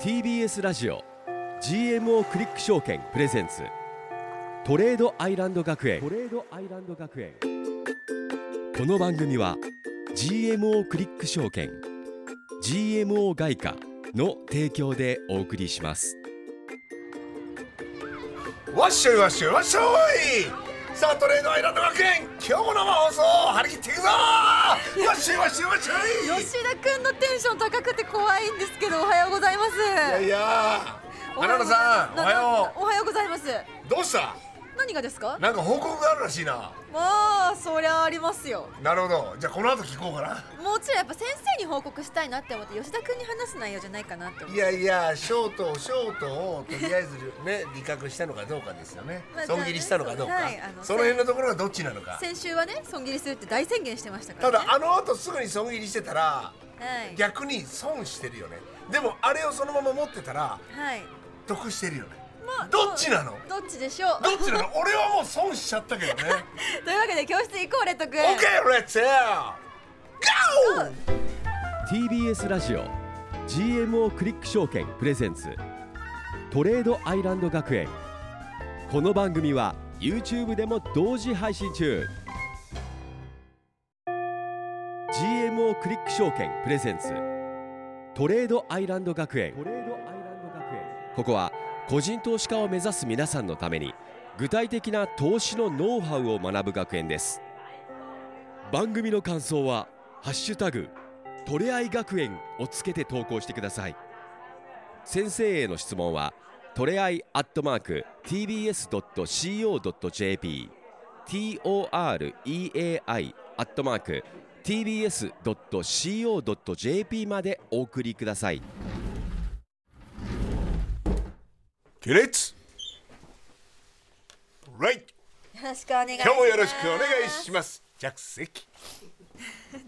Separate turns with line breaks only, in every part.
TBS ラジオ GMO クリック証券プレゼンツトレードアイランド学園トレードアイランド学園この番組は GMO クリック証券 GMO 外貨の提供でお送りします
わっしょいわっしょいわっしょいさあトレードアイランド学園今日も生放送張り切っていくぞわっしょいわっしょいわっしょい
吉田君のテンション高くて怖いんですけどおはようございます
いやいや花野さんおはよ
うおはようございます
うどうした
何がですか
なんか報告があるらしいな
まあそりゃありますよ
なるほどじゃあこの後聞こうかな
もちろんやっぱ先生に報告したいなって思って吉田君に話す内容じゃないかなって思
い
って
やいやショートをショートをとりあえずね理覚したのかどうかですよね
まあ
損切りしたのかどうか、
はいあの
その辺のところがどっちなのか
先週はね損切りするって大宣言してましたか
た
ら、
だ
ね、
あの後すぐに損切りしてたら
はい、
逆に損してるよねでもあれをそのまま持ってたら
はい、
得してるよね、
まあ
どっちなの
どっちでしょう
どっちな の俺はもう損しちゃったけどね
というわけで教室行 こうレッド君
OK let's go!
Go!
TBS ラジオ GMO クリック証券プレゼンツトレードアイランド学園この番組は YouTube でも同時配信中 GMO クリック証券プレゼンツトレードアイランド学園ここは個人投資家を目指す皆さんのために具体的な投資のノウハウを学ぶ学園です番組の感想は「ハッシュタグトレアイ学園をつけて投稿してください先生への質問はトレアイアットマーク tbs.co.jp toreai アットマーク tbs.co.jp までお送りください
起立レイ
よろしくお願いします
今日もよろしくお願いします着席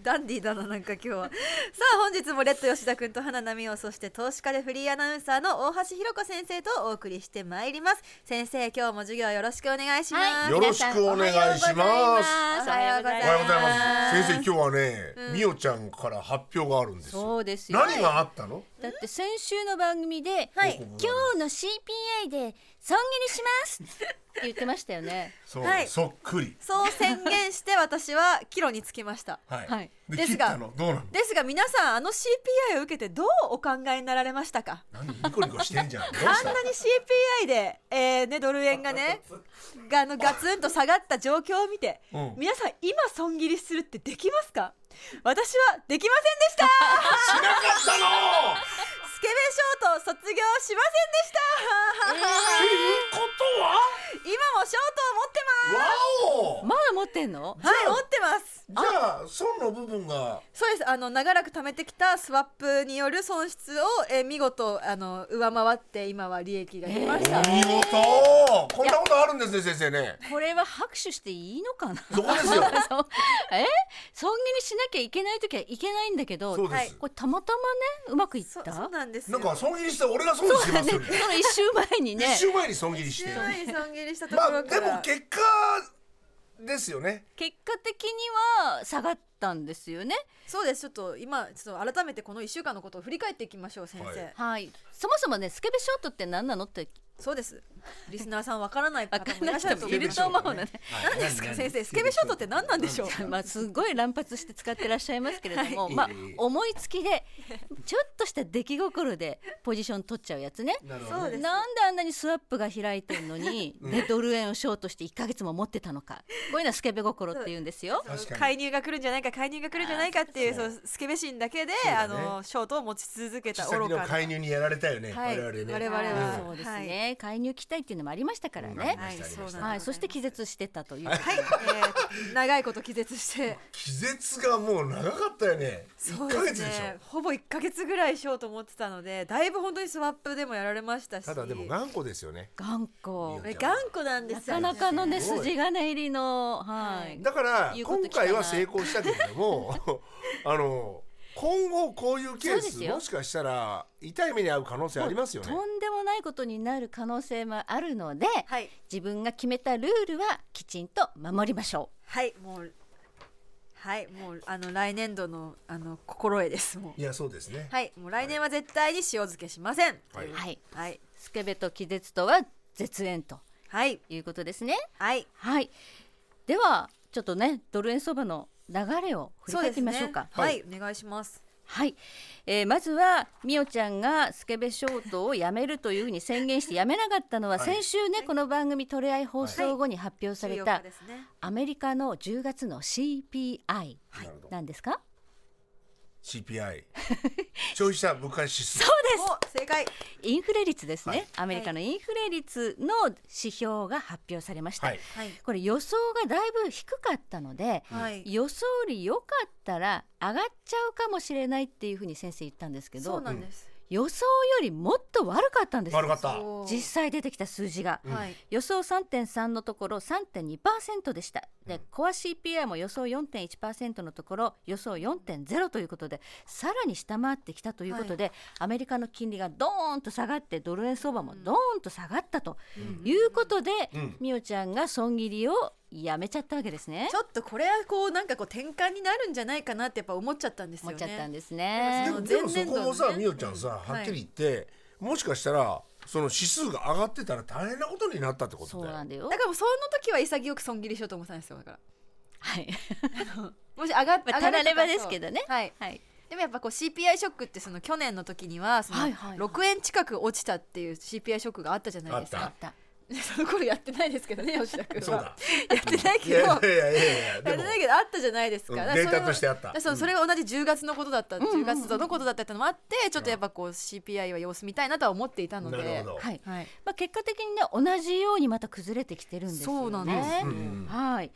ダンディーだななんか今日は さあ本日もレッド吉田君と花奈美桜そして投資家でフリーアナウンサーの大橋ひろ子先生とお送りしてまいります先生今日も授業よろしくお願いします、
よろしくお願いします
おはようござい
お
ます
はようございます先生今日はね、みおちゃんから発表があるんですよ
そうですよ。
何があったの
だって先週の番組で、
はい
今日の CPI で損切りしますって言ってました よね。
そう、
はい
そっくり
そう宣言して私は帰路につきました
はい、
はい
で
です
切っ
が
たのどうなの
ですが皆さんあの CPI を受けてどうお考えになられましたか
何ニコニコしてんじゃんどう
あ
し
ん
た
なに CPI で、えーね、ドル円がねがあのガツンと下がった状況を見て、
うん
皆さん今損切りするってできますか私はできませんでした
しなかったの
スケベショートを卒業しませんでした、
ことは
今もショートを
わお
持ってます
まだ持ってんの？
はい持ってます
じゃあ損の部分が
そうですあの長らく貯めてきたスワップによる損失を、えー見事あの上回って今は利益が出ま
お見
した、
事こんなことあるんですね先生ね
これは拍手していい のかな？
そこですよ
そうえ、損切りしなきゃいけないときはいけないんだけど、
そうです、
はい
これたまたまねうまくいっ
そ
た。
うそうなんです
な
よ
んか損切りして俺が損してます
ね、そ
よ
の
ね
一週前にね
一。週前に損切りして
強い損切りしたと
ま
こ
あ
ろ
で
から、
も結果ですよね
結果的には下がったんですよね。
そうですちょっと今ちょっと改めてこの1週間のことを振り返っていきましょう先生、
はい
はい。そもそもねスケベショートって何なのって
そうですリスナーさんわからない方
わか
も
ん
いら
な
っ
い
しゃ
人
ると
も
思
い
います
ると思うのね。
何
何ですか先生スケベショートって何なんでしょう
まあすごい乱発して使ってらっしゃいますけれども、
はい
まあ思いつきでちょっとした出来心でポジション取っちゃうやつね。
なるほ
そ
ど
う
ね
です
なんであんなにスワップが開いてるのに、でドル円をショートして1ヶ月も持ってたのかこういうのはスケベ心って言うんですよ。
確かに
介入が来るんじゃないか介入が来るんじゃないかっていうそうスケベ心だけで
だ
あ
ね
のショートを持ち続けた
先
愚
の
かな
介入にやられたよね、
はい
我々ね
我々は
そうですね、介入期待っていうのもありましたからね、
は
はいいそうなんです
はい、そして気絶してたという、
はい、えー長いこと気絶して
気絶がもう長かったよね一
そう
ヶ
で
月
す
でし
ねほぼ1ヶ月ぐらいショート持ってたのでだいぶ本当にスワップでもやられました
ょ
した
だでも頑固ですよね
頑固
いや
ね頑固なんで
な
すよ
かなかのね
すごい
筋金入りのはい
だから
言うこと
今
聞かない
回は成功したけれどもあの今後こういうケー
そうで
ス
すよ
もしかしたら痛い目に遭う可能性ありますよね
とんでもないことになる可能性もあるので、
はい
自分が決めたルールはきちんと守りましょ
はいもうはいもうあの来年度のあの心得ですもう
いやそうですね
はいもう来年は絶対に塩漬けしません
はい
はい
はい
スケベと気絶とは絶縁と
はい
いうことですね
はい
はいではちょっとねドル円相場の流れを振り
そう
返
で
っ
す
てみましょうか
ね、はい、お願いします
はい、えーまずはみおちゃんがスケベショートを辞めるというふうに宣言して辞めなかったのは、
はい
先週ねこの番組「トレアイ」放送後に発表され
14
た
日ですね
アメリカの10月の CPI
なるほど
なんですか
CPI 消費者物価指数
お正解
インフレ率ですね、
はい
アメリカのインフレ率の指標が発表されました、
はい
はい
これ予想がだいぶ低かったので
はい
予想より良かったら上がっちゃうかもしれないっていうふうに先生言ったんですけ
そう
ど
なんです
予想よりもっと悪かったんですよ
悪かった
そう
実際出てきた数字が。
うん
はい
予想3.3のところ3.2%でしたで、
うん
コア CPI も予想4.1%のところ予想4.0ということでさらに下回ってきたということで、アメリカの金利がドーンと下がってドル円相場もドーンと下がったということで、
うん
みおちゃんが損切りをやめちゃったわけですね
ち。ょっとこれはこうなんかこう転換になるんじゃないかなってやっぱ思っちゃったんですよ
思っ
ね
ちゃったんです
で
あ
ね
で。
も
の
でもそ
前年度
こ
の
もさ
ね
みおちゃん
うん
さはっき
は
り言ってもしかしたらその指数が上がってたら大変なことになったってこと
そう
だよ
なんだよ
だ。からもうその時は潔く損切りしようと思ってたんですよだから
はい。
もし上がっ上
まあ
がるとか
たらればですけどね
そうはい
はい。
でもやっぱこう CPI ショックってその去年の時にはその
はいはいはい
6円近く落ちたっていう CPI ショックがあったじゃないです
あ
か
あった。
その頃やってないですけどね吉田君は
そうだ
やってない
い
けど
やい
やっ
やいやいやいや
て
でも
ないけどあったじゃないですか,、
うん
だからそれ
デー
は
タとしてあった
だからそう
うん
それが同じ10月のことだった、10月度のことだったってのもあってちょっとやっぱこう CPI は様子見たいなとは思っていたので
なるほど
はい。
はい、
まあ結果的にね同じようにまた崩れてきてるんですよね。
そうなんですよ
うんうん
はい。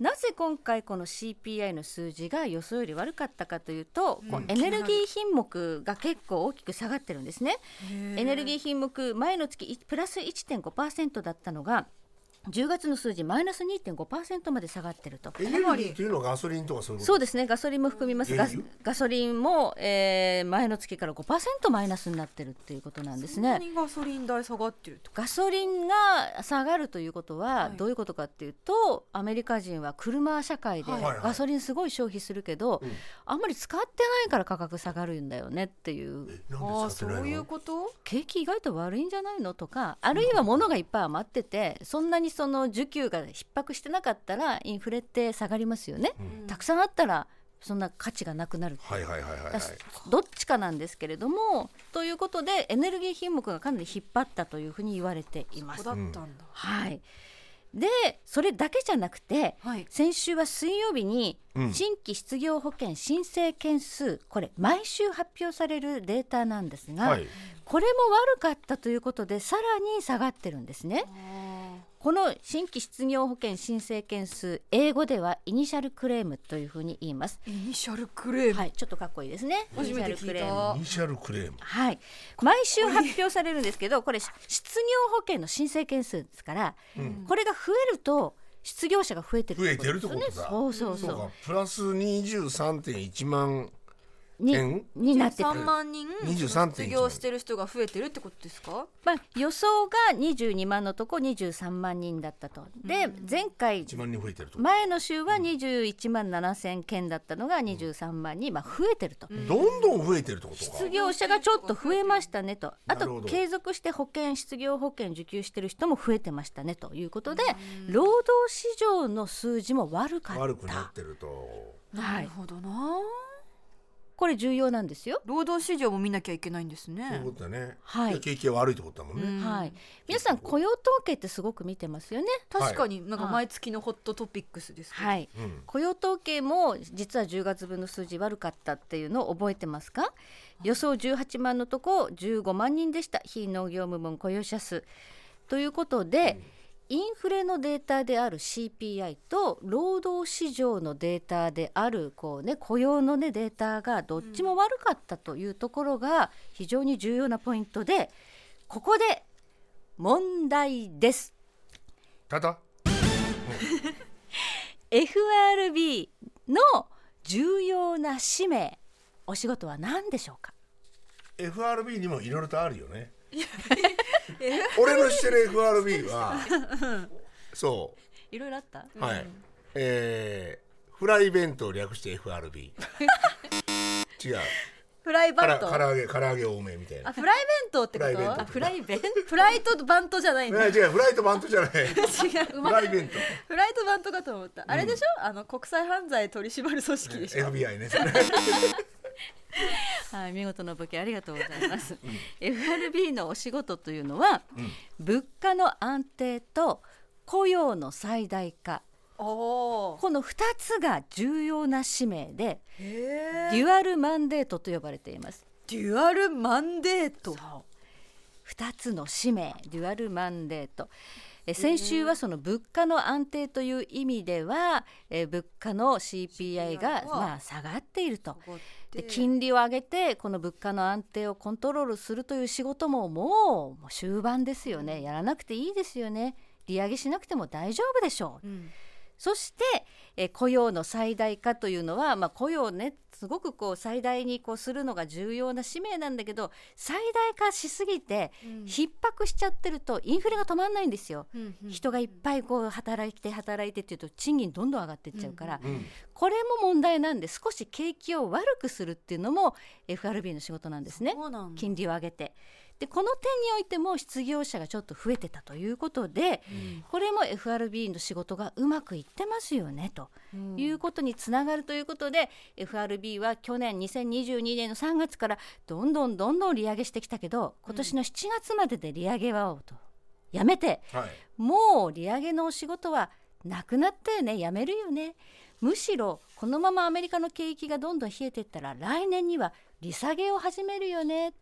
なぜ今回この CPI の数字が予想より悪かったかというと、こうエネルギー品目が結構大きく下がってるんですね。エネルギー品目前の月いプラス1.5%だったのが10月の数字マイナス2.5%まで下がってると。
エネルギーっていうのはガソリンとかそういうこと
そうですねガソリンも含みますガス
原
ガソリンも、えー前の月から5%マイナスになってるっていうことなんですね。
何ガソリン代下がってると
ガソリンが下がるということは
はい
どういうことかっていうと、アメリカ人は車社会で
はいはい
ガソリンすごい消費するけど、
うん
あんまり使ってないから価格下がるんだよねっていう
えなん
ああ
で使
そ
ってな
う
い
い
の
うこと
景気意外と悪いんじゃないのとかあるいは物がいっぱい余っててそんなにその需給が逼迫してなかったらインフレって下がりますよね。
うん
たくさんあったらそんな価値がなくなるっていう
はいはいはいはいはい
どっちかなんですけれどもということでエネルギー品目がかなり引っ張ったというふうに言われています
こ。だったんだ、
はい、でそれだけじゃなくて
はい
先週は水曜日に
うん
新規失業保険申請件数、これ毎週発表されるデータなんですが、
はい
これも悪かったということでさらに下がってるんですね。この新規失業保険申請件数英語ではイニシャルクレームというふうに言います。
イニシャルクレーム、
はい、ちょっとかっこいいですね。
初めて
イニシ
聞
ャルク
い
レーム
た
イニシャルクレーム
はい、毎週発表されるんですけどこれし失業保険の申請件数ですから、これが増えると失業者が増えてる
増えてるってことだ
そうそう
そう
そ
かプラス23.1万
うに
円
になってくる
3、万人
23.1
卒業してる人が増えてるってことですか
まあ、予想が22万のとこ23万人だったとで前回
1万人増えてると
前の週は21万7000件だったのが23万人、まあ、増えてると。
どんどん増えてるってことか
失業者がちょっと増えましたねとあ
なるほ
と
ど
継続して保険失業保険受給してる人も増えてましたねということで労働市場の数字も悪か
悪
っ
くな
た
ってると
は
ないるほどな
これ重要なんですよ。
労働市場も見なきゃいけないんです
そういう
ね
ことだね
はい
で景気が悪いってことだもんね
はい、皆さん雇用統計ってすごく見てますよね。
確かになんか毎月のホットトピックスですけど
はい、
うん
雇用統計も実は10月分の数字悪かったっていうのを覚えてますか予想18万のとこ15万人でした非農業部門雇用者数ということで、インフレのデータである CPI と労働市場のデータであるこう、ね、雇用の、ね、データがどっちも悪かったというところが非常に重要なポイントでここで問題です。
ただ
FRB の重要な使命お仕事は何でしょうか
FRB にもいろいろとあるよね俺のしてる FRB はそう
いろいろあった
はい、えーフライ弁当略して FRB 違う
フラ
か
イバ
ら
ント
唐揚げ唐揚げ多めみたい
あ
な
フライ弁当ってこ
フライ弁
と
当
あフライ弁フライとバントじゃないん
い
だ
や
違
違うフライとバントじゃないフ
ううま
ラ
い
イ弁当
フライトバントかと思った、あれでしょあの国際犯罪取り締まる組織でしょ、
FBI ねそれ
はい、見事なボケありがとうございます。FRB のお仕事というのは、物価の安定と雇用の最大化
おー
この2つが重要な使命で
へ
デ
ー
ュアルマンデートと呼ばれています。
デュアルマンデート
2つの使命デュアルマンデートえ先週はその物価の安定という意味ではえー物価の CPI が
CPI は
まあ下がっていると
がっ。て
で金利を上げてこの物価の安定をコントロールするという仕事ももうもう終盤ですよねやらなくていいですよね利上げしなくても大丈夫でしょう、
ん
そしてえ雇用の最大化というのは、まあ、雇用をねすごくこう最大にこうするのが重要な使命なんだけど最大化しすぎて逼迫しちゃってるとインフレが止まんないんですよ。
うんうん
人がいっぱいこう働いて働いてっていうと賃金どんどん上がっていっちゃうから、
ん
これも問題なんで少し景気を悪くするっていうのも FRB の仕事なんですね
そうなんだ
金利を上げて。でこの点においても失業者がちょっと増えてたということで、これも FRB の仕事がうまくいってますよねということにつながるということで、FRB は去年2022年の3月からどんどんどんどん利上げしてきたけど今年の7月までで利上げはとやめて
はい
もう利上げのお仕事はなくなったよねやめるよねむしろこのままアメリカの景気がどんどん冷えていったら来年には利下げを始めるよねっ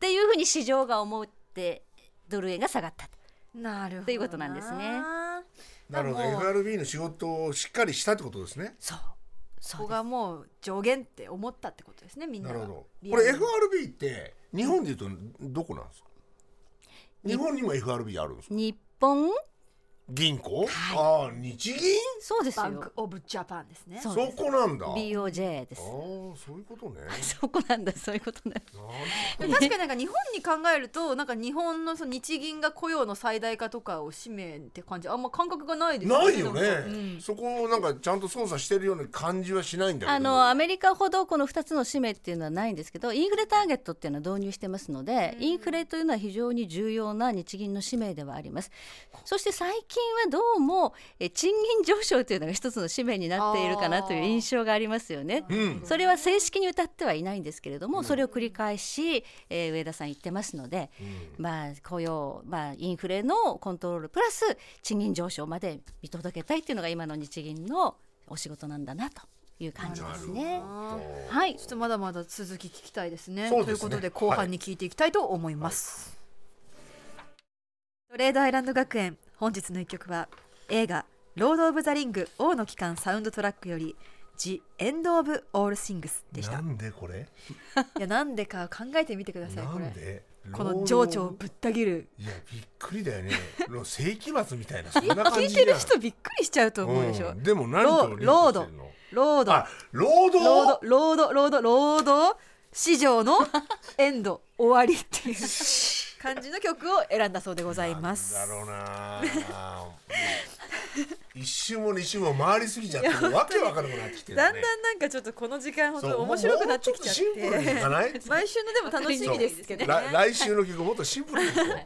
ていうふうに市場が思ってドル円が下がったと
なるほど
ということなんですね
なるほど
もう
FRB の仕事をしっかりしたってことですね
そうそ
ここ
うです
がもう上限って思ったってことですねみんな
な
が
るほど
リア
こ
ル
れ FRB って日本で言うとどこなんですか日本にも FRB あるんですか
日本
銀行ああ日銀
そうです
バン
よ
クオブジャパンですね
そう
そ
です
こなんだああ
BOJ です
そういうことね
そこなんだそういうことなんだ
なる
確かになんか日本に考えるとなんか日本のその日銀が雇用の最大化とかを使命って感じあんま感覚がないです
ほどないよね
なんかうん、
そこをなんかちゃんと操作してるような感じはしないんだけど
あのアメリカほどこの2つの使命っていうのはないんですけどインフレターゲットっていうのは導入してますので、インフレというのは非常に重要な日銀の使命ではありますそして最近はどうもえ賃金上昇というのが一つの使命になっているかなという印象がありますよね。
うん
それは正式に歌ってはいないんですけれども、それを繰り返し、えー上田さん言ってますので、まあ、雇用、まあ、インフレのコントロールプラス賃金上昇まで見届けたいっていうのが今の日銀のお仕事なんだなという感じですね。はい
ちょっとまだまだ続き聞きたいですね。
そう
と
です
い
ね
うことで後半に聞いていきたいと思います。トレードアイランド学園本日の一曲は映画ロードオブザリング王の帰還サウンドトラックより The End of All Things でし
な
た。
いんでこれ
やなんでか考えてみてください
な
こ
ん
れ。
で
この情緒をぶった切る。
いやびっくりだ よねの世紀末みたいなそんな感
聞
じ
い
じゃ
て
ん
る人びっくりしちゃうと思うでしょ
ん。でも何
ロ
と
ー
リンクしてる
ロ
の
ードロード
あ労働
ロードロードロードロード市場のエンド終わりっていう感じの曲を選んだそうでございます。
なんだろうなあもう一周も二周も回りすぎちゃってもうわけわからなくなってきてるね
だんだんなんかちょっとこの時間本当面白くなってきちゃっ
そうもうもうちょっとシンプルにい
て
かない
毎週のでも楽しみですけどね。
来来週の曲もっとシンプルにいこう OK
さ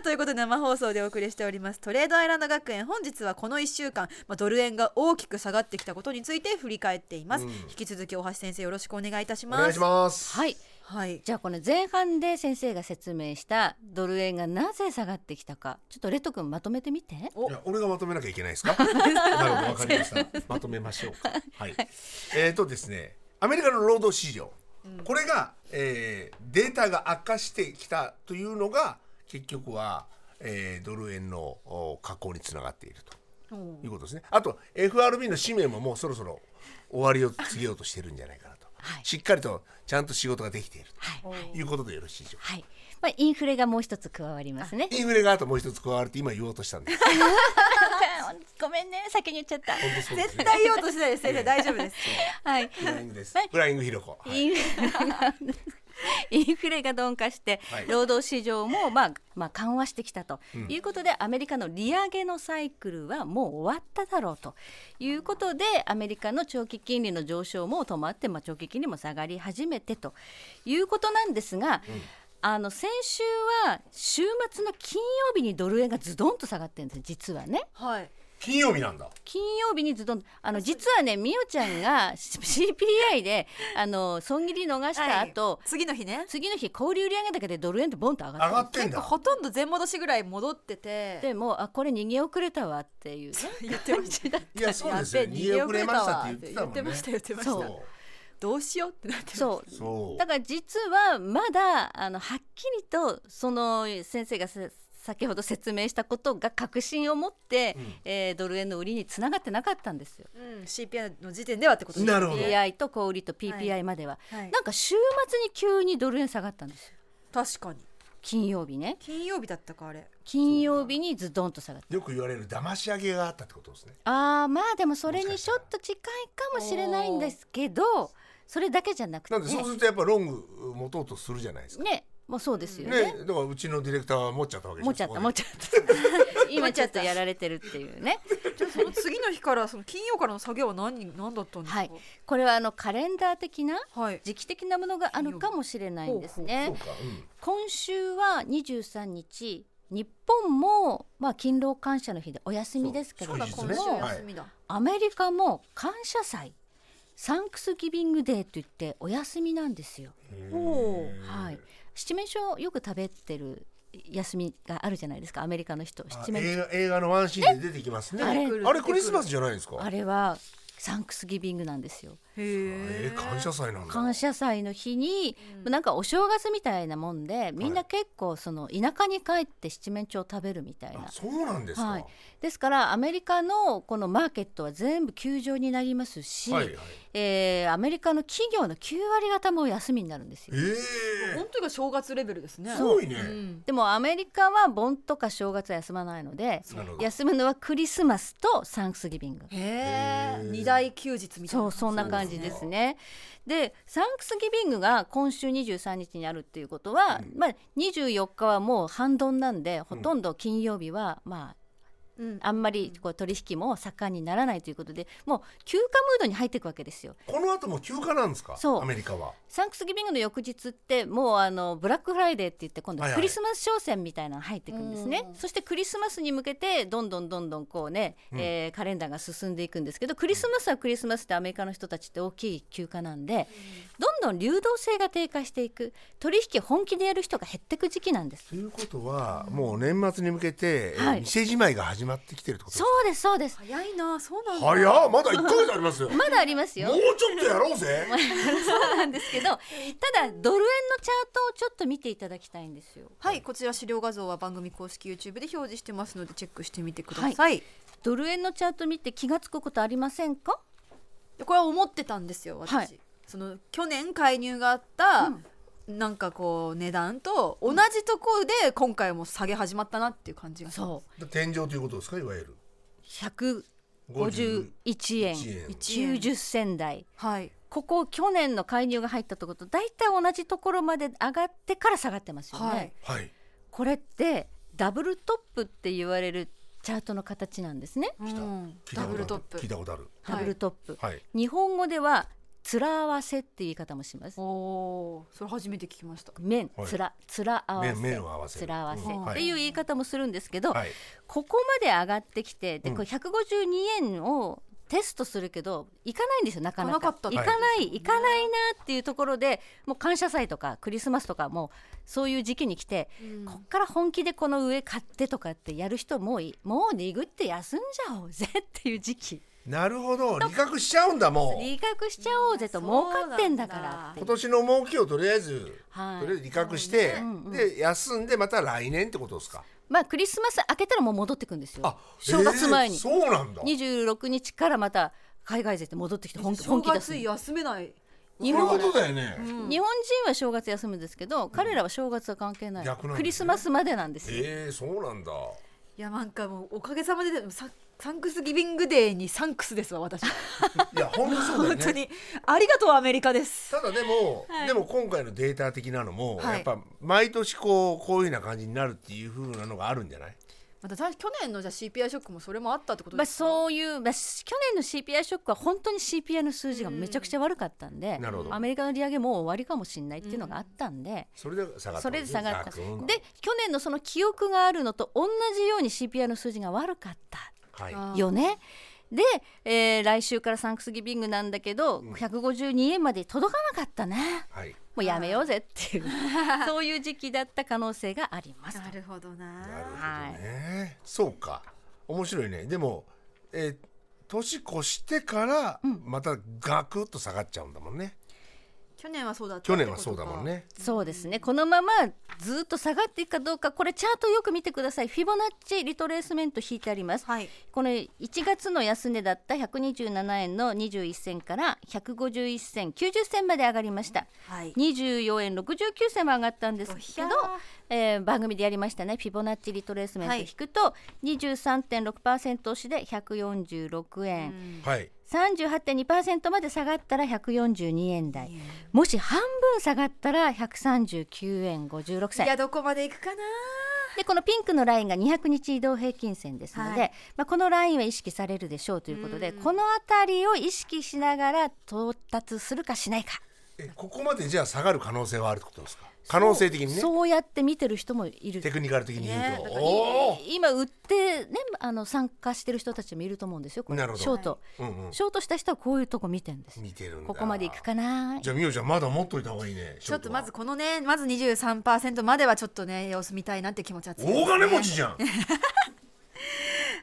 あということで生放送でお送りしておりますトレードアイランド学園本日はこの1週間、まあ、ドル円が大きく下がってきたことについて振り返っています、引き続き大橋先生よろしくお願いいたし
お
ます
願いします
はい
はい
じゃあこの前半で先生が説明したドル円がなぜ下がってきたかちょっとレッド君まとめてみて
お
いや俺がまとめなきゃいけないですかなるほどわかりましたまとめましょうかはいえーとですねアメリカの労働市場、これが、えーデータが悪化してきたというのが結局は、えードル円のお下降につながっているということですねあと FRB の使命ももうそろそろ終わりを告げようとしてるんじゃないかなと、
はい
しっかりとちゃんと仕事ができている
はい、
ということでよろしいでしょうか
はいまあ、インフレがもう一つ加わりますね
インフレがあともう一つ加わるって今言おうとしたんです
ごめんね先に言っちゃった
本当そうです
絶
ね
対言おうとしないです先生大丈夫です
はい
フライングですフライングひろこはい
インフレインフレが鈍化して
はい
労働市場も、まあまあ、緩和してきたということで、アメリカの利上げのサイクルはもう終わっただろうということでアメリカの長期金利の上昇も止まって、まあ、長期金利も下がり始めてということなんですが。あの先週は週末の金曜日にドル円がズドンと下がってるんです実はね。
はい。
金曜日なんだ。
金曜日にずっとあの実はねみおちゃんが CPI であの損切り逃した後、
はい次の日ね。
次の日小売売上だけでドル円ってボンと上がった
上がってん
結構
だ。
ほとんど全戻しぐらい戻ってて。
でもうあこれ逃げ遅れたわっ ていうね
言ってました。
いやそうですよ。
やべえ
逃げ遅れましたって言
言
っ
ってて
たもん
ま
ね
し。た言ってました
そ。
そう
どうしようってなってました。
そう
そう。
だから実はまだあのはっきりとその先生がせ先ほど説明したことが確信を持って、
うん
えードル円の売りにつながってなかったんですよ。
うん、CPI の時点ではってことですね
なるほど
PI と小売りと
は
PPI までは、
はい
なんか週末に急にドル円下がったんですよ
確かに
金曜日ね
金曜日だったかあれ
金曜日にズドンと下がった
よく言われる騙し上げがあったってことですね。
あーまあでもそれにちょっと近いかもしれないんですけどそれだけじゃなくて
なんでそうするとやっぱロング持とうとするじゃないですか。
ねもうそうですよね
ね、だからうちのディレクターは持っちゃったわけでしょ。
持っちゃった持
ゃ
っちゃった今ちょっとやられてるっていうね
じゃあその次の日からその金曜からの下げは何何だったんですか
はいこれはあのカレンダー的な
はい
時期的なものがあるかもしれないんです
そ
ね
うか。
今週は23日日本もまあ勤労感謝の日でお休みですけれど
そ
も
うです
今
ね
週休みだ、
アメリカも感謝祭サンクスギビングデーといってお休みなんですよ。
うん。
おー
へー
はい、七面鳥をよく食べてる休みがあるじゃないですかアメリカの人
あ
七面鳥
映画映画のワンシーンで出てきますね。
あれ
あれクリスマスじゃないんですか。
あれはサンクスギビングなんですよ
へ
え
え
ー、感謝祭なんだ。
感謝祭の日に、なんかお正月みたいなもんでみんな結構その田舎に帰って七面鳥を食べるみたいな
あ、そうなんですか。
はい、ですからアメリカのこのマーケットは全部休場になりますし、
はいはい
えーアメリカの企業の9割方も休みになるんですよ
ええ
本当が正月レベルですね
ー、すごいね。
うん
でもアメリカは盆とか正月は休まないので
なるほど。
休むのはクリスマスとサンクスギビン
へ
グ。
え二大休日みたいな
そうそんな感じですね。でサンクスギビングが今週23日にあるっていうことは、まあ、24日はもう半ドンなんでほとんど金曜日は、ま
うん
あ、あんまりこう取引も盛んにならないということでもう休暇ムードに入っていくわけですよ。
この後も休暇なんですか。
そう
アメリカは。
サンクスギビングの翌日ってもうあのブラックフライデーって言って今度
はいはい
クリスマス商戦みたいなの入ってくるんですね、そしてクリスマスに向けてどんどんどんどんこうね、えーカレンダーが進んでいくんですけどクリスマスはクリスマスってアメリカの人たちって大きい休暇なんでどんどん流動性が低下していく取引本気でやる人が減っていく時期なんです
ということは、もう年末に向けて、えー
はい
店じまいが始まってきてるってことです
そ
か。
うですそうです
早いなそうなんだ
早っまだ一ヶ月ありますよ。
まだありますよ
もうちょっとやろうぜ。
そうなんですけどただドル円のチャートをちょっと見ていただきたいんですよ
はいこちら資料画像は番組公式 YouTube で表示してますのでチェックしてみてください、
はドル円のチャート見て気がつくことありませんか
でこれは思ってたんですよ私、
はい
その去年介入があった、なんかこう値段と同じところで今回も下げ始まったなっていう感じがう
そう
天井ということですか、いわゆる。
151円90銭台
はい
ここ去年の介入が入ったとこと大体同じところまで上がってから下がってますよね、
はい
はい。
これってダブルトップって言われるチャートの形なんですね、
来た
うん
聞いた
ダ
こ
ブ
とある
ルトップ
聞いたことある。
はい
ダブルトップ、
はい。
日本語ではつら合わせって言い方もします
おおーそれ初めて聞きました
面
はい
つらつら合わせ
面面を合わせる
つら合わせ
うん
っていう言い方もするんですけど、
はい。
ここまで上がってきてで
うん
これ152円をテストするけど行かないんですよなかな
行か
か
なかったって
行
こと
かない行かないなっていうところでもう感謝祭とかクリスマスとかもうそういう時期に来て、こっから本気でこの上買ってとかってやる人もういもうリグって休んじゃおうぜっていう時期
なるほど。利確しちゃうんだもう。
利確しちゃおうぜと儲かってんだからってい
今
う
年の儲けをとりあえず、
はい
とりあえず利確して、で休んでまた来年ってことですか。
まあクリスマス明けたらもう戻ってくんですよ
あ、
正月前に、
えーそうなんだ。
26日からまた海外勢って戻ってきて本気
正
本気出す
月休めない
日
そう
本
いうことだよね。
日本人は正月休むんですけど、彼らは正月は関係ない、
逆なんですね
クリスマスまでなんですよ、
えー、そうなんだ。
いやなんかもうおかげさまででもさサンクスギビングデーにサンクスですわ私
いや本当そうだよ
本当
ね
にありがとうアメリカです
ただでも、
はい
でも今回のデータ的なのも、
はい
やっぱ毎年こうこういうような感じになるっていう風なのがあるんじゃない
また去年のじゃあ CPI ショックもそれもあったってことで
まあ、
すか、
そういう、まあ、し去年の CPI ショックは本当に CPI の数字がめちゃくちゃ悪かったんで、
なるほど
アメリカの利上げもう終わりかもしれないっていうのがあったんで、
それで下がった
それで下がった、
ガクン
で去年のその記憶があるのと同じように CPI の数字が悪かった
はい
あー
よね。で、えー来週からサンクスギビングなんだけど、152円まで届かなかったね
はい
もうやめようぜっていうそういう時期だった可能性があります。
なるほどな
なるほど
はい
ね、そうか面白いねでも、えー年越してからまたガクッと下がっちゃうんだもんね、
去年はそうだった
去年はそうだもんね
そうですねこのままずっと下がっていくかどうかこれチャートよく見てくださいフィボナッチリトレースメント引いてあります、
はい
これ1月の安値だった127円の21銭から151銭90銭まで上がりました
はい
24円69銭も上がったんですけど
おひゃー、
えー番組でやりましたねフィボナッチリトレースメント引くと、23.6%押しで146円、
はい
38.2%まで下がったら142円台もし半分下がったら139円56
いや
銭
どこまで行くかな
でこのピンクのラインが200日移動平均線ですので、
はい
まあ、このラインは意識されるでしょうということでこの辺りを意識しながら到達するかしないか、
えここまでじゃあ下がる可能性はあるってことですか可能性的にね
そうやって見てる人もいる
テクニカル的に言うと、
ねだから
おお
今売って、ね、あの参加してる人たちもいると思うんですよこれ
なるほど
ショート、
うんうん
ショートした人はこういうとこ見てるんです
見てるんだ
ここまでいくかな
じゃあみおちゃんまだ持っといた方がいいね
ちょっとまず
シ
このねまず23%まではちょっとね様子見たいなって気持ちは
ョ
強い
ートは大金持ちじゃん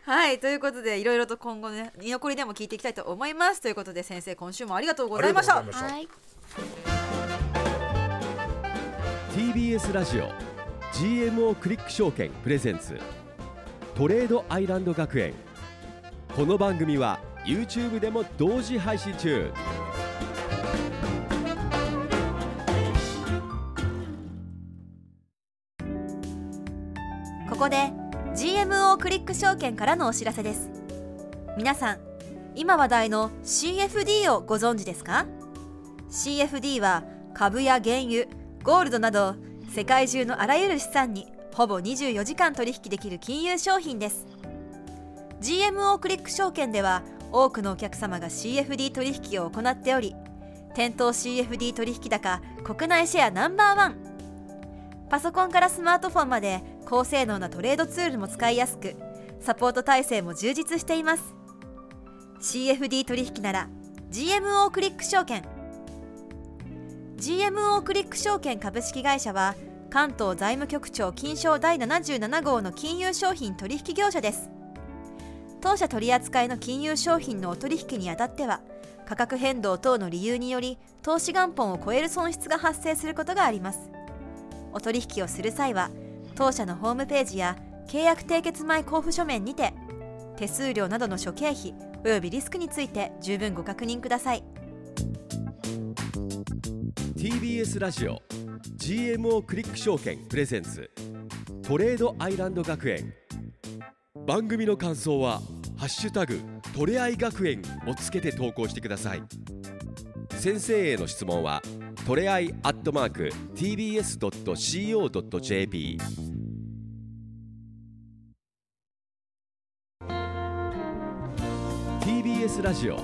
はいということでいろいろと今後ね居残りでも聞いていきたいと思いますということで先生今週もありがとうございました
ありがとうございました
はい、
TBS ラジオ GMO クリック証券プレゼンツトレードアイランド学園この番組は YouTube でも同時配信中
ここで GMO クリック証券からのお知らせです皆さん今話題の CFD をご存知ですか CFD は株や原油ゴールドなど世界中のあらゆる資産にほぼ24時間取引できる金融商品です GMO クリック証券では多くのお客様が CFD 取引を行っており店頭 CFD 取引高国内シェアナンバーワンパソコンからスマートフォンまで高性能なトレードツールも使いやすくサポート体制も充実しています CFD 取引なら GMO クリック証券 GMO クリック証券株式会社は関東財務局長金賞第77号の金融商品取引業者です当社取扱いの金融商品のお取引にあたっては価格変動等の理由により投資元本を超える損失が発生することがありますお取引をする際は当社のホームページや契約締結前交付書面にて手数料などの諸経費およびリスクについて十分ご確認ください
TBS ラジオ GMO クリック証券プレゼンツトレードアイランド学園番組の感想は「ハッシュタグトレアイ学園」をつけて投稿してください先生への質問はトレアイアットマーク TBS.CO.JP TBS ラジオ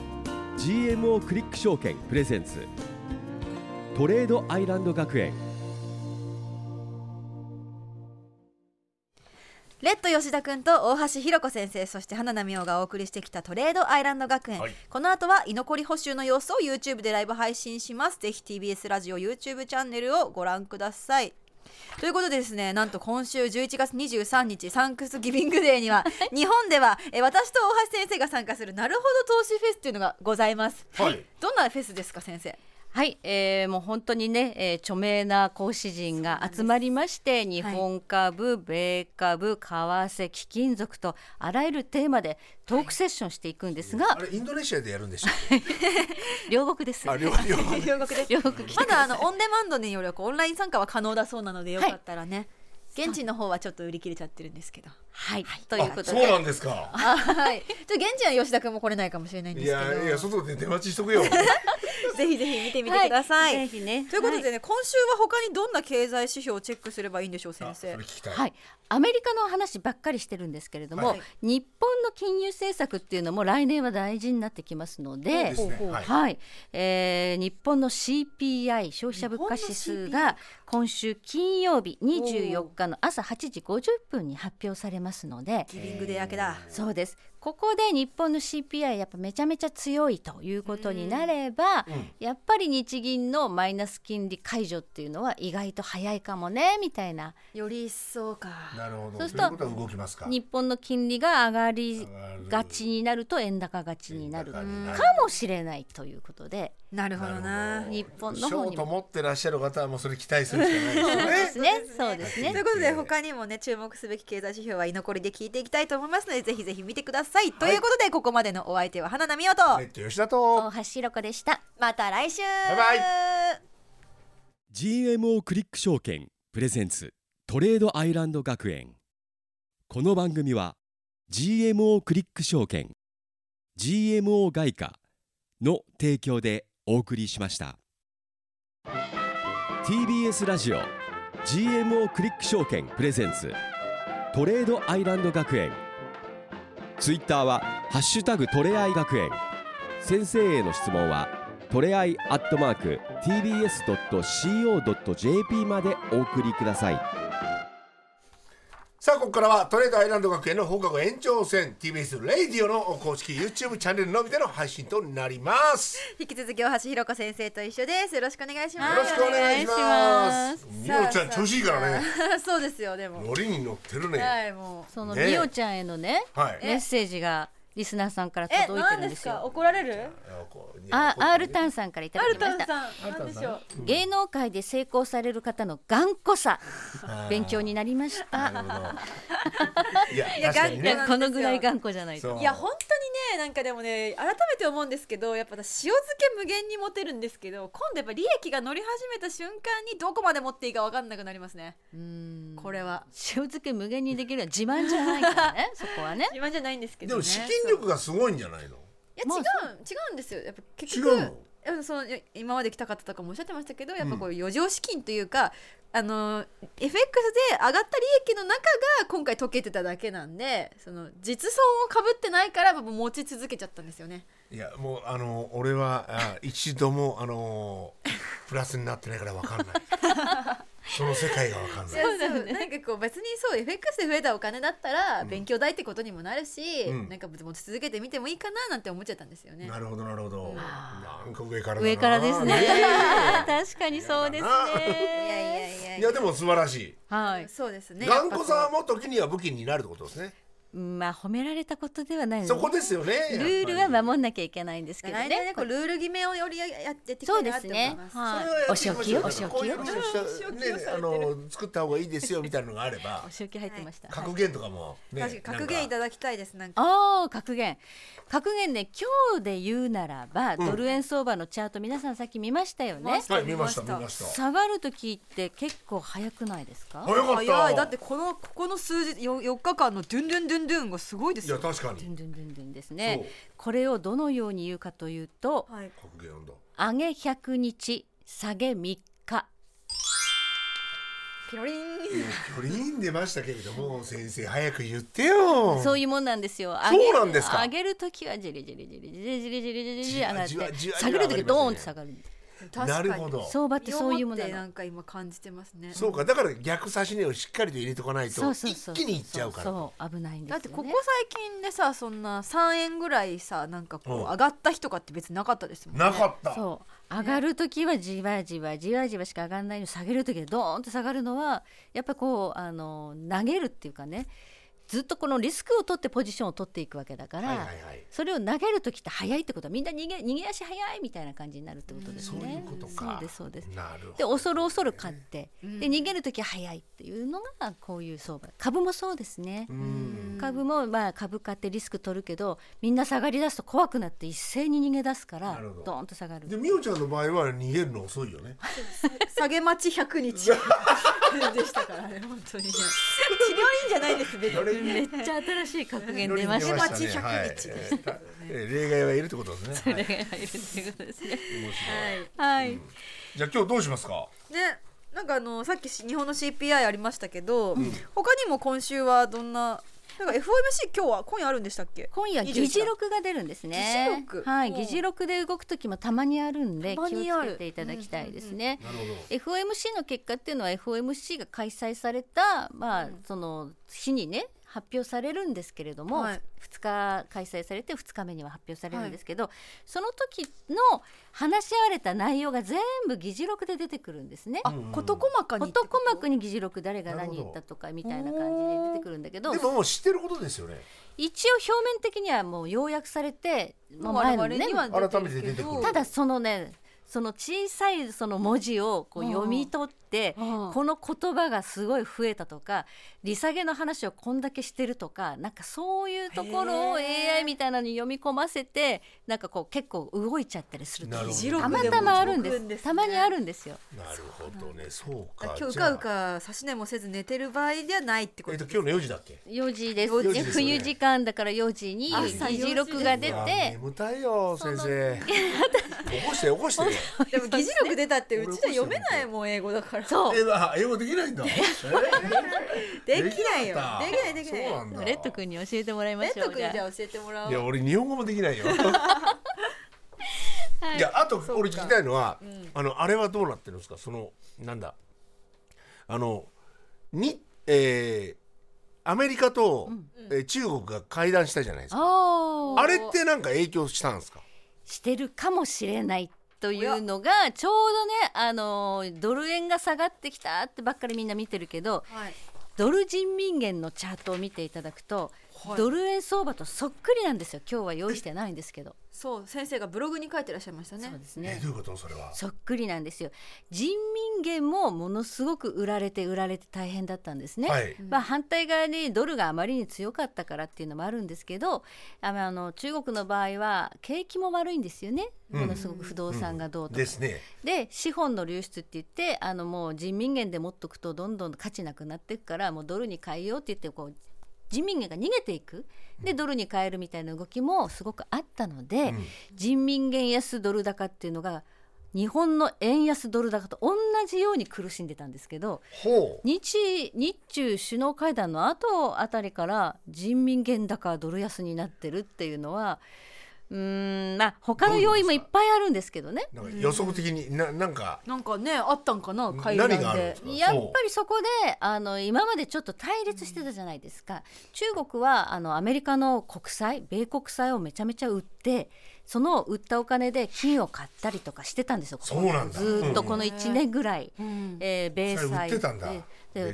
GMO クリック証券プレゼンツトレードアイランド学園
レッド吉田君と大橋ひろ子先生そして花奈美桜がお送りしてきたトレードアイランド学園、
はい
この後は居残り補修の様子を YouTube でライブ配信しますぜひ TBS ラジオ YouTube チャンネルをご覧くださいということでですねなんと今週11月23日サンクスギビングデーに は日本ではえ私と大橋先生が参加するなるほど投資フェスというのがございます、
はい
どんなフェスですか先生
はい、えーもう本当にね、えー著名な講師陣が集まりまして日本株、米株為替貴金属とあらゆるテーマでトークセッションしていくんですが、
あれインドネシアでやるんでしたっ
両国です
けあ両両方ね
両国です
両国来て
まだあのオンデマンドによるオンライン参加は可能だそうなのでよかったらね、現地の方はちょっと売り切れちゃってるんですけど。
はい、
ということ
あそうな
で。
んですか。
はい。ちょっと現地は吉田君も来れないかもしれないんで
い
すけ
やいや
ど。
外で出待ちしとくよ。
ぜひぜひ見てみてください。
はいぜひね
ということでね、今週は他にどんな経済指標をチェックすればいいんでしょう、先
あそれ
生
聞。きたい。
はい、アメリカの話ばっかりしてるんですけれども、
はい
日本の金融政策っていうのも来年は大事になってきますの
そう
で
ですね
ほうほう
はい
はいえー日本の CPI 消費者物価指数が今週金曜日24日の朝8時50分に発表されますので
ギビングで明けだ。
そうですここで日本の CPI やっぱめちゃめちゃ強いということになれば、
うん
やっぱり日銀のマイナス金利解除っていうのは意外と早いかもねみたいな
より一層か。
なるほど。そう
そ
うい
すると
うことは動きますか。
日本の金利が上がり
上がる
がちになると円高がちになる
う
か
ん
もしれないということで
なるほどな。
日本の方にも
ショート持ってらっしゃる方はもうそれ期待するしかないですよ
そう
ね。
で すねそうです
とい
ね
うことで他にもね注目すべき経済指標は居残りで聞いていきたいと思いますのでぜひぜひ見てください、ということでここまでのお相手は花奈美桜と、
ネット吉田と。
大橋ひろ子でした
また来週
バイバイ
GMO クリック証券プレゼンツトレードアイランド学園この番組は GMO クリック証券 GMO 外貨の提供でお送りしました TBS ラジオ GMO クリック証券プレゼンツトレードアイランド学園ツイッターは「ハッシュタグトレアイ学園」先生への質問はトレアイアットマーク TBS.CO.JP までお送りください
さあここからはトレードアイランド学園の放課後延長戦 TBS レイディオの公式 YouTube チャンネルのみでの配信となります
引き続き大橋ひろ子先生と一緒ですよろしくお願いしま
よ
す
ろしくお願いしますみ
さあ
おちゃん調子いいからね
さあ そうですよでも
ノリに乗ってるね、
はいもう
その
ね
リオちゃんへのね
はい
メッセージがリスナーさんから
え
届いて
何
るん
で
ですす
か
よ
怒られる
あこうね
あ
こうね
R タンさんからいた
ア
だ
ル
きま
タン
した
さんなんでしょう
芸能界で成功される方の頑固さ勉強になりまし
な
た
るほ どいや
いや
確かに
い
ね
やこのぐらい頑固じゃないと
そう
いや本当にねなんかでもね改めて思うんですけどやっぱ私塩漬け無限に持てるんですけど今度やっぱ利益が乗り始めた瞬間にどこまで持っていいか分かんなくなりますね
うん
これは
塩漬け無限にできるのは自慢じゃないから ねそこはね
自慢じゃないんですけ
で
ど、
も
ね、
資金力がすごいんじゃないの
いや違
まあ
う、違うんですよやっぱ結局
違うの
いやそのい今まで来た方とかもおっしゃってましたけどやっぱこう余剰資金というか、あの FX で上がった利益の中が今回溶けてただけなんでその実損をかぶってないからやっぱ持ち続けちゃったんですよね。
いやもうあの俺はあ一度もあのプラスになってないからわかん ないその世界がわかんない
そうなんかこう別にそう FX で増えたお金だったら勉強代ってことにもなるし、
うん
なんか持ち続けてみてもいいかななんて思っちゃったんですよね。
なるほどなるほどなんか上からだな
上からですね
ね
確かにそうです
いや
ね
いやいや
いやでも素晴らしい
はい
そうですね。
頑固
やっぱ
さ
こ
も時には武器になるってことですね。
まあ褒められたことではないの
そこですよね。
ルール
やっぱ
は
り
守んなきゃいけないんで
う
すけど
来年ね
ね
こうルール決めをよりややっていきた
そ
いう
で
なっ
す
て思い
ね
ます。
はい
そ
お仕
れはやっていき
置
ま
き
しょ
よ
う
お仕置きよ
こういう話をした
うん
ねあの作った方がいいですよみたいなのがあれば
お、仕置き入ってましたはい
格言とかもね。
確かに格言
な
い
んか
ただきたいですなんか
ああ格言格言ね今日で言うならば、ドル円相場のチャート皆さんさっき見ましたよね
た
はい見ました見ました。
下がる時って結構早くないですか
早かった。
早いだってこのここの数字よ4日間のドゥンドゥンドゥンドゥンがすごいで
い
す
や
よ
確か
ドゥ
に
ンドゥンドゥンドゥンですね
そう
これをどのように言うかというと
はい、
格言なんだ。
上げ100日下げ3日
ピロリン
これいいん出ましたけれども先生早く言ってよ。
そういうもんなんですよ。上げる
なんですか
上げるときはじりじりじりじりじりじりじりじり上がって
じわじわじわじわ
下げるときはドーンと下がる。
確か
な
に
るほど。
相場ってそういうもん
身をもっ
な
てな
の。
んか今感じてますね
そうかだから逆差し値をしっかりと入れておかないと
そうそう
一
そう。
気にいっちゃうから。
そう危ないんです
だ
よ
って
ね。
ここ最近でさそんな3円ぐらいさなんかこう
うん
上がった日とかって別になかったですもんね
なかった。
そう上がるときはじわじわじわじわしか上がらないのに下げるときはドーンと下がるのはやっぱこうあの投げるっていうかねずっとこのリスクを取ってポジションを取っていくわけだから、
はいはいはい
それを投げる時って早いってことはみんな逃げ逃げ足早いみたいな感じになるってことです
そう
ね。
いうことか
そうですそうです
なるほ
で
ど
恐る恐る買って、
ん
で逃げる時は早いっていうのがこういう相場株もそうですね、
うん
株もまあ株買ってリスク取るけどみんな下がり出すと怖くなって一斉に逃げ出すから
なるほど
ドーンと下がる
で美桜ちゃんの場合は逃げるの遅いよね
下げ待ち100日 でしたからね本当にね治療院じゃないです別に
めっちゃ新しい格言出まし
乗
た
り
ね
逃げまし
はい
待ち100日
えー例外はいるってことですねはい
が入るということですね
面白い
はい
はい、
じゃあ今日どうしますか
ね、なんかあのさっきし日本の CPI ありましたけど、他にも今週はどんななんか FOMC 今日は今夜あるんでしたっけ
今夜議事録が出るんですね
議事録
はい
うん
議事録で動く時もたまにあるんで
たま
気を
にあ
つ
る
けていただきたいですね、
なるほど
FOMC の結果っていうのは FOMC が開催された、まあ、その日にね発表されるんですけれども、
はい
2日開催されて2日目には発表されるんですけど、その時の話し合われた内容が全部議事録で出てくるんですね。
あ事細かにって
事
こ
細
と
かに議事録誰が何言ったとかみたいな感じで出てくるんだけど
でももう知ってることですよね
一応表面的にはもう要約されて、まあ、
我
前の
々
ね
には出てる
改めて
け
出てく
ど
る
ただそのねその小さいその文字をこう読み取って
うんうん
この言葉がすごい増えたとか利下げの話をこんだけしてるとかなんかそういうところを
へえ
AI みたいなのに読み込ませてなんかこう結構動いちゃったりする
なるほど
時
議事録
たまたまあるんで
動
す
くんですね
たまにあるんですよ
なるほどねそうか
だから今日う
じゃあ
かうか差し根もせず寝てる場合じゃないってこ
えっ
と
と今日の4時だっけ
4時です
4時
ね
ですよね
冬時間だから4時に
朝
議事録が出
うわ
て
眠たいよ先生起こして起こして
でも議事録出たってうちじゃ読めないもん英語だから
そう
えあ英語できないんだえー
できないよ
かった
できないできない
そうなんだ
レッド君に教えてもらいま
レ
し
ッ
ょ
ド
う
君
じ
じ
ゃあ
ゃあ教えてもらおう
いや俺日本語もでき ないよ。いやあと俺聞きたいのは、あのあれはどうなってるんですかそのなんだあのに、えーアメリカと、えー中国が会談したじゃないですか、
あー
あれってなんか影響したんですか
してるかもしれないというのがちょうどねあのードル円が下がってきたってばっかりみんな見てるけど
はい
ドル人民元のチャートを見ていただくと、
はい
ドル円相場とそっくりなんですよ今日は用意してないんですけど
そう先生がブログに書いてらっしゃいましたね
そうです
え
ね
どういうことそれは
そっくりなんですよ人民元もものすごく売られて売られて大変だったんですね、
はい
まあ、反対側にドルがあまりに強かったからっていうのもあるんですけどあのあの中国の場合は景気も悪いんですよね、ものすごく不動産がどうとか、
ですね
で資本の流出って言ってあのもう人民元で持っとくとどんどん価値なくなっていくからもうドルに変えようって言ってこう人民元が逃げていくでドルに変えるみたいな動きもすごくあったので、人民元安ドル高っていうのが日本の円安ドル高と同じように苦しんでたんですけど
ほう
日日中首脳会談の後あたりから人民元高ドル安になってるっていうのはうーんまあ他の要因もいっぱいあるんですけどね。
なんか予測的にななんか
なんかねあったんかな会談で
何があるんですか
やっ
そう
ぱりそこであの今までちょっと対立してたじゃないですか、中国はあのアメリカの国債米国債をめちゃめちゃ売ってその売ったお金で金を買ったりとかしてたんですよここ
そうなんだ
ずーっとこの1年ぐらい、えー米
それ売
債
ってたんだ
で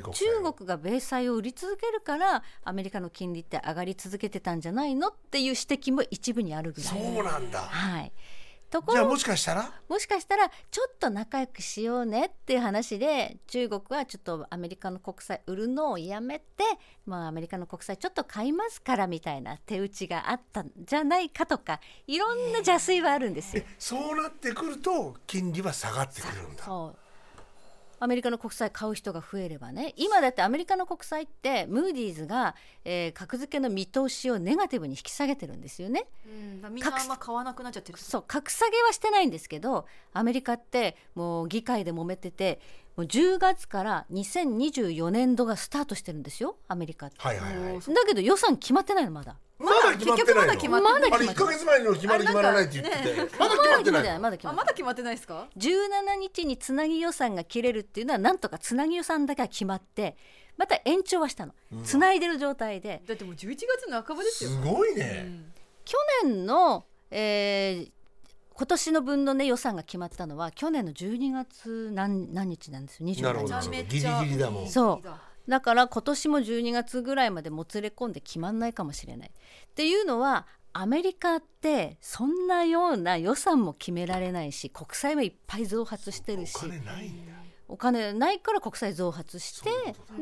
米
で
国債を
中国が米債を売り続けるからアメリカの金利って上がり続けてたんじゃないのっていう指摘も一部にあるぐらい。
そうなんだ
はいとこ
じゃあ
ろが
もしかしたら
もしかしたらちょっと仲良くしようねっていう話で中国はちょっとアメリカの国債売るのをやめて、まあ、アメリカの国債ちょっと買いますからみたいな手打ちがあったんじゃないかとかいろんな邪推はあるんですよ。
そうなってくると金利は下がってくるんだ
そうアメリカの国債買う人が増えればね今だってアメリカの国債ってムーディーズが、えー格付けの見通しをネガティブに引き下げてるんですよね。
うん、みんなあんま買わなくなっちゃってる
そう格下げはしてないんですけどアメリカってもう議会で揉めててもう10月から2024年度がスタートしてるんですよアメリカって、
はいはいはい
だけど予算決まってないのまだ
まだ決まってないの
結局まだ決
あ
まって
ない
れ1ヶ月前の決まる決まらないって言ってて、まだ決まってないの
あ
まだ決まってないまだ決ま
ま
ってない
だ決まってないですか
17日につなぎ予算が切れるっていうのはなんとかつなぎ予算だけは決まってまた延長はしたのつないでる状態で
だってもう11月の半ばで
す
すよ
ごいね、
去年の、えー今年の分の、ね、予算が決まったのは去年の12月何何日なんですよ27日
なるほど
めちゃめちゃ
ギリギリだもん
そう
ギリギリだ
だから今年も12月ぐらいまでもつれ込んで決まんないかもしれないっていうのはアメリカってそんなような予算も決められないし国債もいっぱい増発してるし
お金ないんだ
お金ないから国債増発して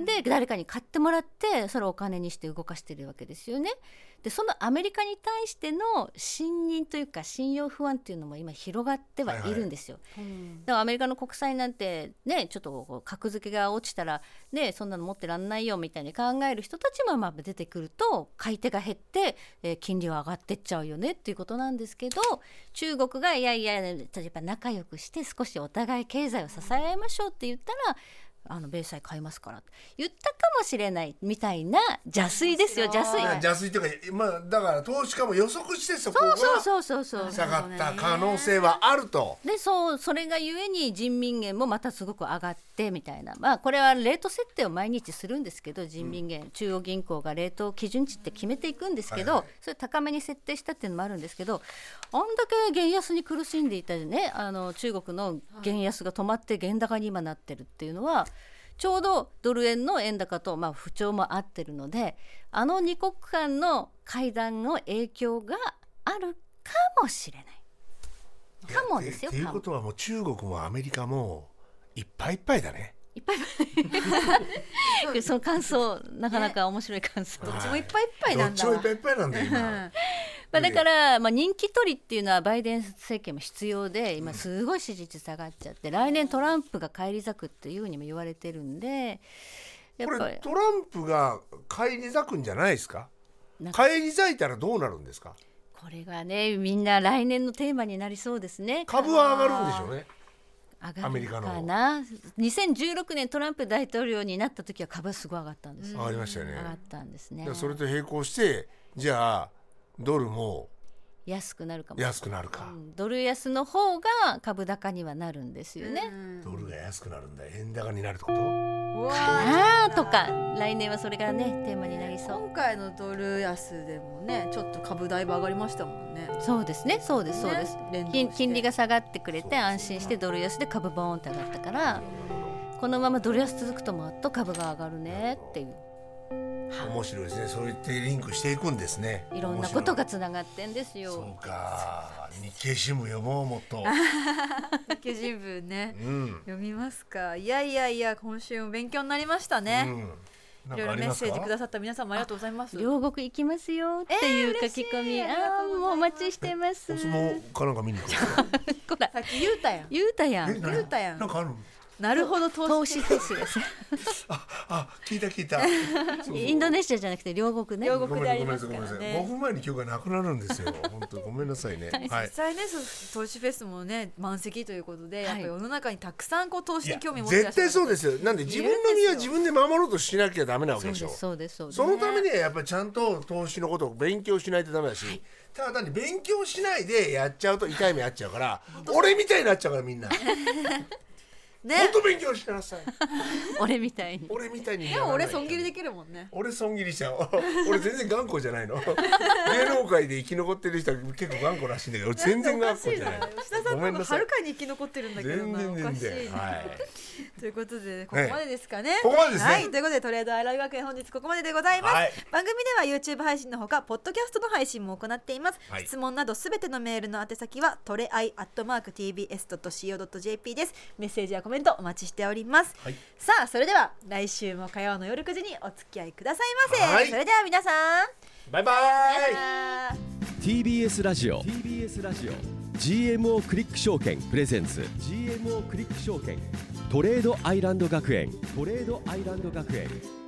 で誰かに買ってもらってそれをお金にして動かしてるわけですよね。でそのアメリカに対しての信任というか信用不安っていうのも今広がってはいるんですよ。
うん
だからアメリカの国債なんてねちょっとこう格付けが落ちたらねそんなの持ってらんないよみたいに考える人たちもまあ出てくると買い手が減って、えー金利は上がってっちゃうよねっていうことなんですけど中国がいやいや例えば仲良くして少しお互い経済を支え合いましょうって言ったら。あの米債買いますからって言ったかもしれないみたいな邪推ですよ
面白い
邪推
だから邪推というかまあだから投資家も予測してそこ
そうそう
が
そうそうそう
下がった可能性はあると
でそうそれがゆえに人民元もまたすごく上がってみたいな、まあ、これはレート設定を毎日するんですけど人民元、中央銀行がレート基準値って決めていくんですけど、
はいはい
それ高めに設定したっていうのもあるんですけどあんだけ原安に苦しんでいたねあの中国の原安が止まって原高に今なってるっていうのは。ちょうどドル円の円高と、まあ、不調も合ってるのであの2国間の会談の影響があるかもしれない。かもです
っ
よ
ていう
かも
ことはもう中国もアメリカもいっぱいいっぱいだね
いっぱいいっぱい その感想なかなか面白い感想、
ね
どっちもいっぱいいっぱい
ど
な
っ
ん
ち
だ
もい
わ
っぱいいっぱいなんだよ今
まあ、だから、まあ、人気取りっていうのはバイデン政権も必要で今すごい支持率下がっちゃって来年トランプが返り咲くっていうふうにも言われてるんでや
こ
っぱ
れ
り
トランプが返り咲くんじゃないですか
なんか
返り咲いたらどうなるんですか
これがねみんな来年のテーマになりそうですね。
株は上がるんでしょうね
上
ア
が
メリ
る
カ
か
の
な2016年トランプ大統領になった時は株はすごい上がったんですよ、
上がりましたよね
上がったんですね
だからそれと並行してじゃあドルも
安くなるかも
安くなるか
うんドル安の方が株高にはなるんですよね。
うん
ドルが安くなるんだ円高になるってこと
うわ
ああとか来年はそれがねテーマになりそう
今回のドル安でもねちょっと株代分上がりましたもんね
そうですねそうですそうです、
ね連動して
金金利が下がってくれて安心してドル安で株ボーンって上がったからこのままドル安続くともっと株が上がるねっていう
面白いですねそう言ってリンクしていくんですね
いろんなことが
面
つながってんです
白いそ
よ
うか日経新聞読もうもっと
日経新聞 ね
うん
読みますかいやいやいや今週も勉強になりましたね、
うんないん
ろい
か
ろ
あり
メッ
ます
セージ
か
くださった皆さんもありがとうございます。
両国行きますよっていう書き込み、
えー嬉しいありが
あ
とうございます
あもうお待ちしてます
お相撲かなんか見に行くんですか
ほら
さっき言うたやん。
ゆうたや
え
ん
何
言うたやん
なんかある
なるほど
投
投資。
資フェスです
ああ聞いた聞い たそうそう
インドネシアじゃなくて両国ね
両
ご
国
めん
で
な
あ
さい
り
ごめんな
ます
さい
か
ごめんなさい5
らね。
分前に今日がなくなるんです よ本当ごめんなさいねは
実
い
際ね、そう投資フェスもね満席ということで、
い
やっぱり世の中にたくさんこう投
い
資
や
に興味を持ってら
絶
っしゃる。
対そうですよなんで自分の身は自分で守ろうとしなきゃダメなわけ
そう
で
で
しょ
すそうですそうです
そのためにはやっぱりちゃんと投資のことを勉強しないとダメだし、ただ単に勉強しないでやっちゃうと痛い目あっちゃうから俺みたいになっちゃうからみ んな本
ね。
当勉強しなさい
俺みたいに
俺みたいに
でも俺損切り
で
できるもんね。
俺損切りしちゃう 俺全然頑固じゃないの 芸能界で生き残ってる人は結構頑固らしいんだけど俺全然頑固じゃない
おかし吉田さん
ごめん
の方が
なさ
はいるかに生き残ってるんだけど
全
なお
然
か
全
しい
然
な。
はい
ということで、ここまでですかね。
ここまでですね
はい、ということで、トレードアイライ学園本日ここまででございます。
はい
番組では YouTube 配信のほか、ポッドキャストの配信も行っています。
はい
質問などすべてのメールの宛先は、トレアイアットマーク TBS.CO.JP です。メッセージやコメントお待ちしております。
はい
さあ、それでは来週も火曜の夜9時にお付き合いくださいませ。
はい
それでは皆さん、
バイバイ
TBS ラジオ TBS ラジオ GMO クリック証券プレゼンツ GMO クリック証券トレードアイランド学園トレードアイランド学園